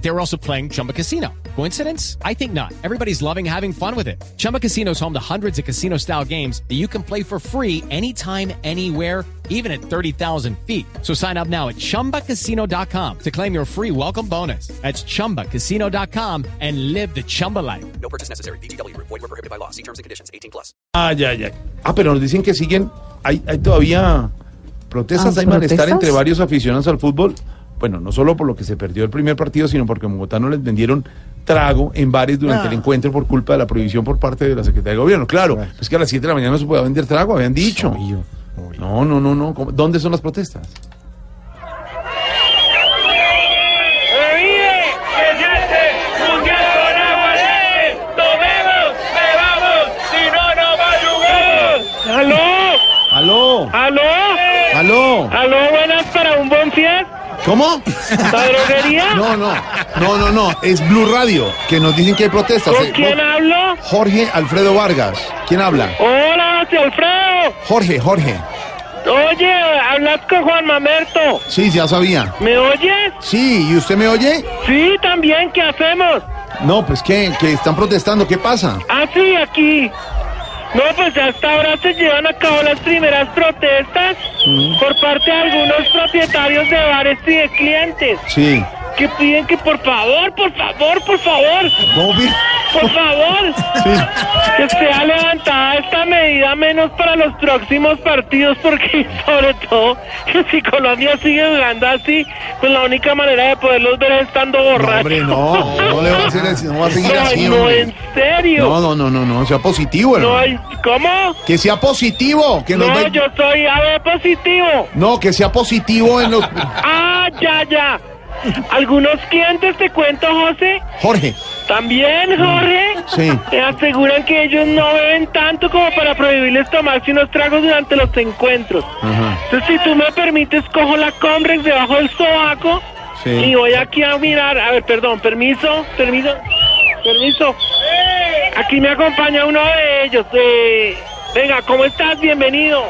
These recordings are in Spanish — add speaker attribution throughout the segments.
Speaker 1: They were also playing Chumba Casino. Coincidence? I think not. Everybody's loving having fun with it. Chumba Casino is home to hundreds of casino style games that you can play for free anytime, anywhere even at 30,000 feet. So sign up now at ChumbaCasino.com to claim your free welcome bonus. That's ChumbaCasino.com and live the Chumba life.
Speaker 2: No purchase necessary. BGW. Void were prohibited by law. See terms and conditions. 18 plus.
Speaker 3: Ah, ya, ya. Ah, pero nos dicen que siguen. Hay, hay todavía protestas,
Speaker 4: Ah,
Speaker 3: hay malestar
Speaker 4: ¿protestas?
Speaker 3: entre varios aficionados al fútbol. Bueno, no solo por lo que se perdió el primer partido, sino porque en Bogotá no les vendieron trago en bares durante el encuentro por culpa de la prohibición por parte de la Secretaría de Gobierno. Claro, es que a las 7 de la mañana no se podía vender trago, habían dicho. No, no, no, no. ¿Cómo? ¿Dónde son las protestas?
Speaker 5: ¡Se vive! ¡Se siente! ¡Mundial con agua leve! ¡Tomemos! ¡Bebamos! ¡Si no, no madrugamos! ¡Aló!
Speaker 3: ¡Aló!
Speaker 5: ¡Aló!
Speaker 3: ¡Aló!
Speaker 5: ¡Aló! ¿Buenas para un buen fiel?
Speaker 3: ¿Cómo?
Speaker 5: ¿La droguería?
Speaker 3: No, no, no, no, no. Es Blue Radio, que nos dicen que hay protestas.
Speaker 5: ¿Con
Speaker 3: Eh,
Speaker 5: quién hablo?
Speaker 3: Jorge Alfredo Vargas. ¿Quién habla?
Speaker 5: ¡Hola, José Alfredo!
Speaker 3: Jorge, Jorge.
Speaker 5: Oye, hablas con Juan Mamerto.
Speaker 3: Sí, ya sabía.
Speaker 5: ¿Me oyes?
Speaker 3: Sí, ¿y usted me oye?
Speaker 5: Sí, también. ¿Qué hacemos?
Speaker 3: No, pues que, que están protestando, ¿qué pasa?
Speaker 5: Ah, sí, aquí. No, pues hasta ahora se llevan a cabo las primeras protestas por parte de algunos propietarios de bares y de clientes
Speaker 3: Sí.
Speaker 5: que piden que por favor, por favor, por favor,
Speaker 3: Bobby.
Speaker 5: por favor, que sea levantada esta medida menos para los próximos partidos porque sobre todo que si Colombia sigue jugando así, pues la única manera de poderlos ver es estando
Speaker 3: No,
Speaker 5: borrachos.
Speaker 3: hombre, no, no le va a hacer eso, no va a seguir
Speaker 5: Ay,
Speaker 3: así,
Speaker 5: no, en
Speaker 3: hombre.
Speaker 5: serio.
Speaker 3: No, no, no, no, no, sea positivo,
Speaker 5: No, ay,
Speaker 3: hermano.
Speaker 5: ¿Cómo?
Speaker 3: Que sea positivo, que nos
Speaker 5: No,
Speaker 3: den-
Speaker 5: yo soy AB positivo.
Speaker 3: No, que sea positivo en los...
Speaker 5: Ah, ya, ya. Algunos clientes, te cuento, José,
Speaker 3: Jorge,
Speaker 5: también, Jorge,
Speaker 3: Mm. Sí.
Speaker 5: te aseguran que ellos no beben tanto como para prohibirles tomarse unos tragos durante los encuentros. Entonces, si tú me permites, cojo la Comrex debajo del sobaco
Speaker 3: Sí.
Speaker 5: y voy aquí a mirar. A ver, perdón, permiso, permiso, permiso. Aquí me acompaña uno de ellos. eh, venga, ¿cómo estás? Bienvenido.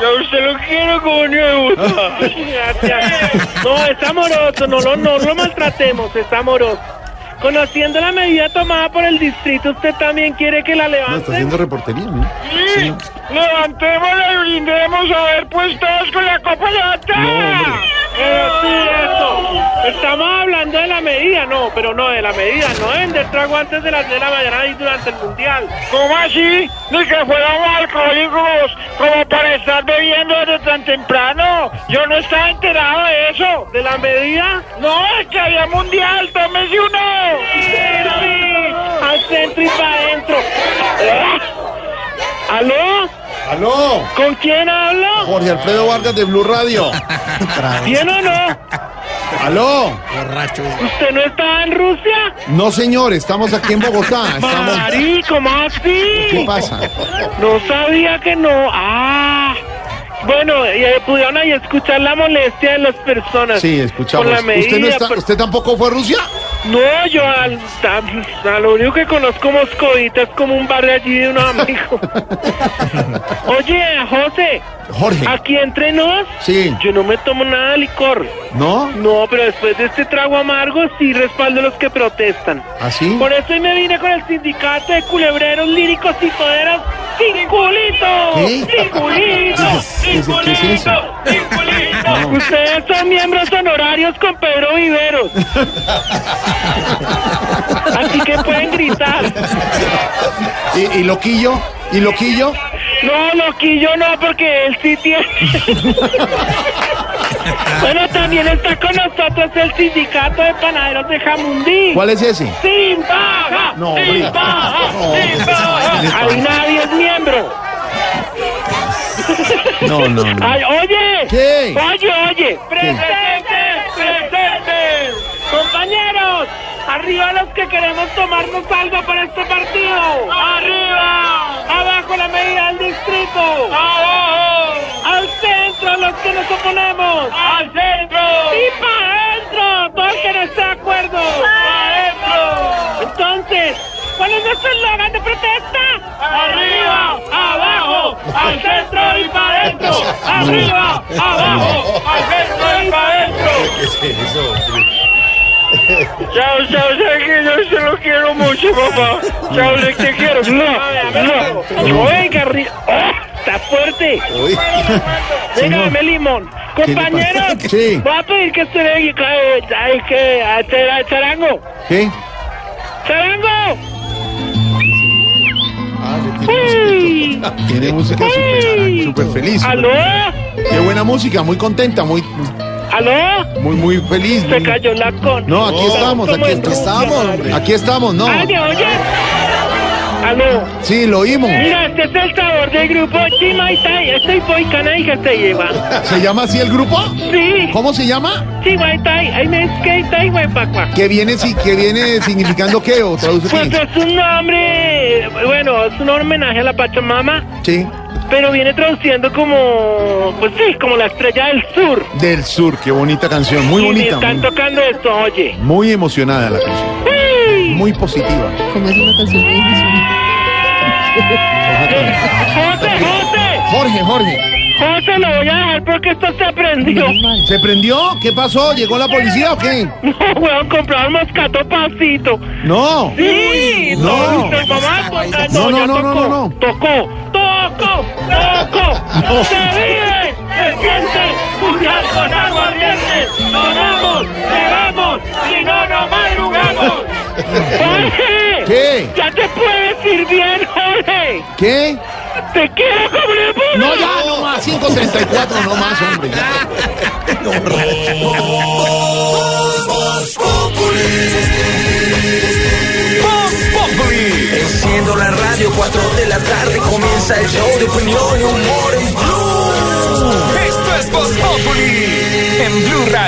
Speaker 5: Yo se lo quiero como No, está amoroso, no lo, no lo maltratemos, está amoroso. Conociendo la medida tomada por el distrito, ¿usted también quiere que la
Speaker 3: no, está
Speaker 5: levanten?
Speaker 3: haciendo reportería, ¿no? Sí.
Speaker 5: Levantémosla y brindemos a ver pues todos con la copa levantada.
Speaker 3: No, hombre.
Speaker 5: Eso sí, eso. Estamos hablando de la medida, no, pero no de la medida, no es del trago antes de las de la mañana y durante el mundial. ¿Cómo así? Ni que fuéramos alcohólicos, como para estar bebiendo desde tan temprano. Yo no estaba enterado de eso. ¿De la medida? No, es que había mundial, tómese uno. Al centro y para adentro. ¿Eh? ¿Aló?
Speaker 3: ¡Aló!
Speaker 5: ¿Con quién hablo?
Speaker 3: Jorge Alfredo Vargas de Blue Radio.
Speaker 5: ¿Bien o no?
Speaker 3: ¡Aló!
Speaker 5: ¿Usted no está en Rusia?
Speaker 3: No, señor, estamos aquí en Bogotá. Estamos...
Speaker 5: Marico, ¿cómo
Speaker 3: ¿Qué
Speaker 5: así?
Speaker 3: pasa?
Speaker 5: No sabía que no. Ah. Bueno, y, eh, pudieron ahí escuchar la molestia de las personas.
Speaker 3: Sí, escuchamos.
Speaker 5: Con la medida,
Speaker 3: ¿Usted, no está-
Speaker 5: pero-
Speaker 3: ¿Usted tampoco fue a Rusia?
Speaker 5: No, yo al, a, a lo único que conozco Moscovita es como un barrio allí de unos amigos. Oye, José,
Speaker 3: Jorge.
Speaker 5: aquí entre nos,
Speaker 3: Sí.
Speaker 5: yo no me tomo nada de licor.
Speaker 3: ¿No?
Speaker 5: No, pero después de este trago amargo sí respaldo a los que protestan.
Speaker 3: ¿Así?
Speaker 5: Por eso hoy me vine con el sindicato de culebreros líricos y poderos sin culito.
Speaker 3: ¿Qué?
Speaker 5: Sin culito. Sin
Speaker 3: ¿Qué es- qué es eso?
Speaker 5: culito. Sin culito. Ustedes son miembros honorarios con Pedro Viveros. Así que pueden gritar.
Speaker 3: ¿Y, y Loquillo? ¿Y Loquillo?
Speaker 5: No, loquillo no, porque él sí tiene. bueno, también está con nosotros el sindicato de panaderos de Jamundí.
Speaker 3: ¿Cuál es ese?
Speaker 5: ¡Sin baja!
Speaker 3: No,
Speaker 5: ¡Sin
Speaker 3: hombre.
Speaker 5: baja!
Speaker 3: No,
Speaker 5: ¡Sin
Speaker 3: hombre,
Speaker 5: baja!
Speaker 3: ¿qué le pasa?
Speaker 5: Ahí nadie es miembro.
Speaker 3: No, no,
Speaker 5: Ay, oye.
Speaker 3: ¿Qué?
Speaker 5: Oye, oye. Presente, presente. Compañeros, arriba los que queremos tomarnos algo para este partido. Arriba. Abajo la medida del distrito. Abajo. Al centro los que nos oponemos. Al centro. Y para adentro. Todo el que no esté de acuerdo. Para adentro. Entonces, ¿cuál es nuestro eslogan de protesta? Arriba. arriba, abajo, para adentro y para adentro. Chao, chao, Sergio, yo se lo quiero mucho, papá. Chao, le te quiero. No, no. no. Oiga, ri- ¡Ah! está fuerte. Dígame, limón. Compañeros,
Speaker 3: Sí.
Speaker 5: voy a pedir que se le cae, hay que hacer a charango.
Speaker 3: ¿Qué?
Speaker 5: ¡Charango!
Speaker 3: Ah,
Speaker 5: ¡Uy!
Speaker 3: Tiene música
Speaker 5: Ay.
Speaker 3: súper súper feliz. súper-
Speaker 5: ¿Aló?
Speaker 3: Qué buena música, muy contenta, muy,
Speaker 5: ¿Aló?
Speaker 3: muy, muy feliz.
Speaker 5: Se
Speaker 3: muy-
Speaker 5: cayó la con.
Speaker 3: No, aquí estamos,
Speaker 5: Como
Speaker 3: aquí
Speaker 5: en
Speaker 3: estamos.
Speaker 5: Rusia, madre.
Speaker 3: Aquí estamos, no.
Speaker 5: Ay, ¿me oyes? Aló.
Speaker 3: Sí, lo oímos.
Speaker 5: Mira, este es el sabor del grupo Chimaitai. Este boicana y que se lleva.
Speaker 3: ¿Se llama así el grupo?
Speaker 5: Sí,
Speaker 3: ¿Cómo se llama?
Speaker 5: Chimaitai. Ay, me es que Tai, guaypacua.
Speaker 3: ¿Qué viene, si- qué viene significando qué? ¿O traduce qué?
Speaker 5: Pues es un nombre, bueno, es un homenaje a la Pachamama,
Speaker 3: Sí.
Speaker 5: pero viene traduciendo como, pues sí, como la estrella del sur.
Speaker 3: Del sur, qué bonita canción, muy
Speaker 5: y me
Speaker 3: bonita.
Speaker 5: están
Speaker 3: Muy,
Speaker 5: tocando esto, oye.
Speaker 3: muy emocionada la canción,
Speaker 5: ¡Uy!
Speaker 3: muy positiva.
Speaker 6: Como es una canción muy difícil.
Speaker 5: José, José,
Speaker 3: Jorge, Jorge,
Speaker 5: José, lo voy a dejar porque esto se prendió.
Speaker 6: menos mal.
Speaker 3: ¿se prendió? ¿Qué pasó? ¿Llegó la policía o qué?
Speaker 5: No, weón, comprar un moscato pasito.
Speaker 3: No.
Speaker 5: Sí,
Speaker 3: No.
Speaker 5: no, mamá, toca,
Speaker 3: No, no,
Speaker 5: ya
Speaker 3: no,
Speaker 5: tocó,
Speaker 3: no, no, no.
Speaker 5: Tocó, tocó, tocó.
Speaker 3: No.
Speaker 5: Se vive, se siente, buscar con aguardiente. Sonamos, llegamos, si no, no madrugamos. Jorge,
Speaker 3: ¿Qué?
Speaker 5: ya te puedes ir bien, Jorge.
Speaker 3: ¿Qué?
Speaker 5: Te quiero como una puta.
Speaker 3: No, ya, no más, 534, no más, hombre. ya.
Speaker 7: Enciendo la radio, 4 de la tarde comienza el show de opinión y humor en Blue. Esto es Voz Populi en Blue Radio.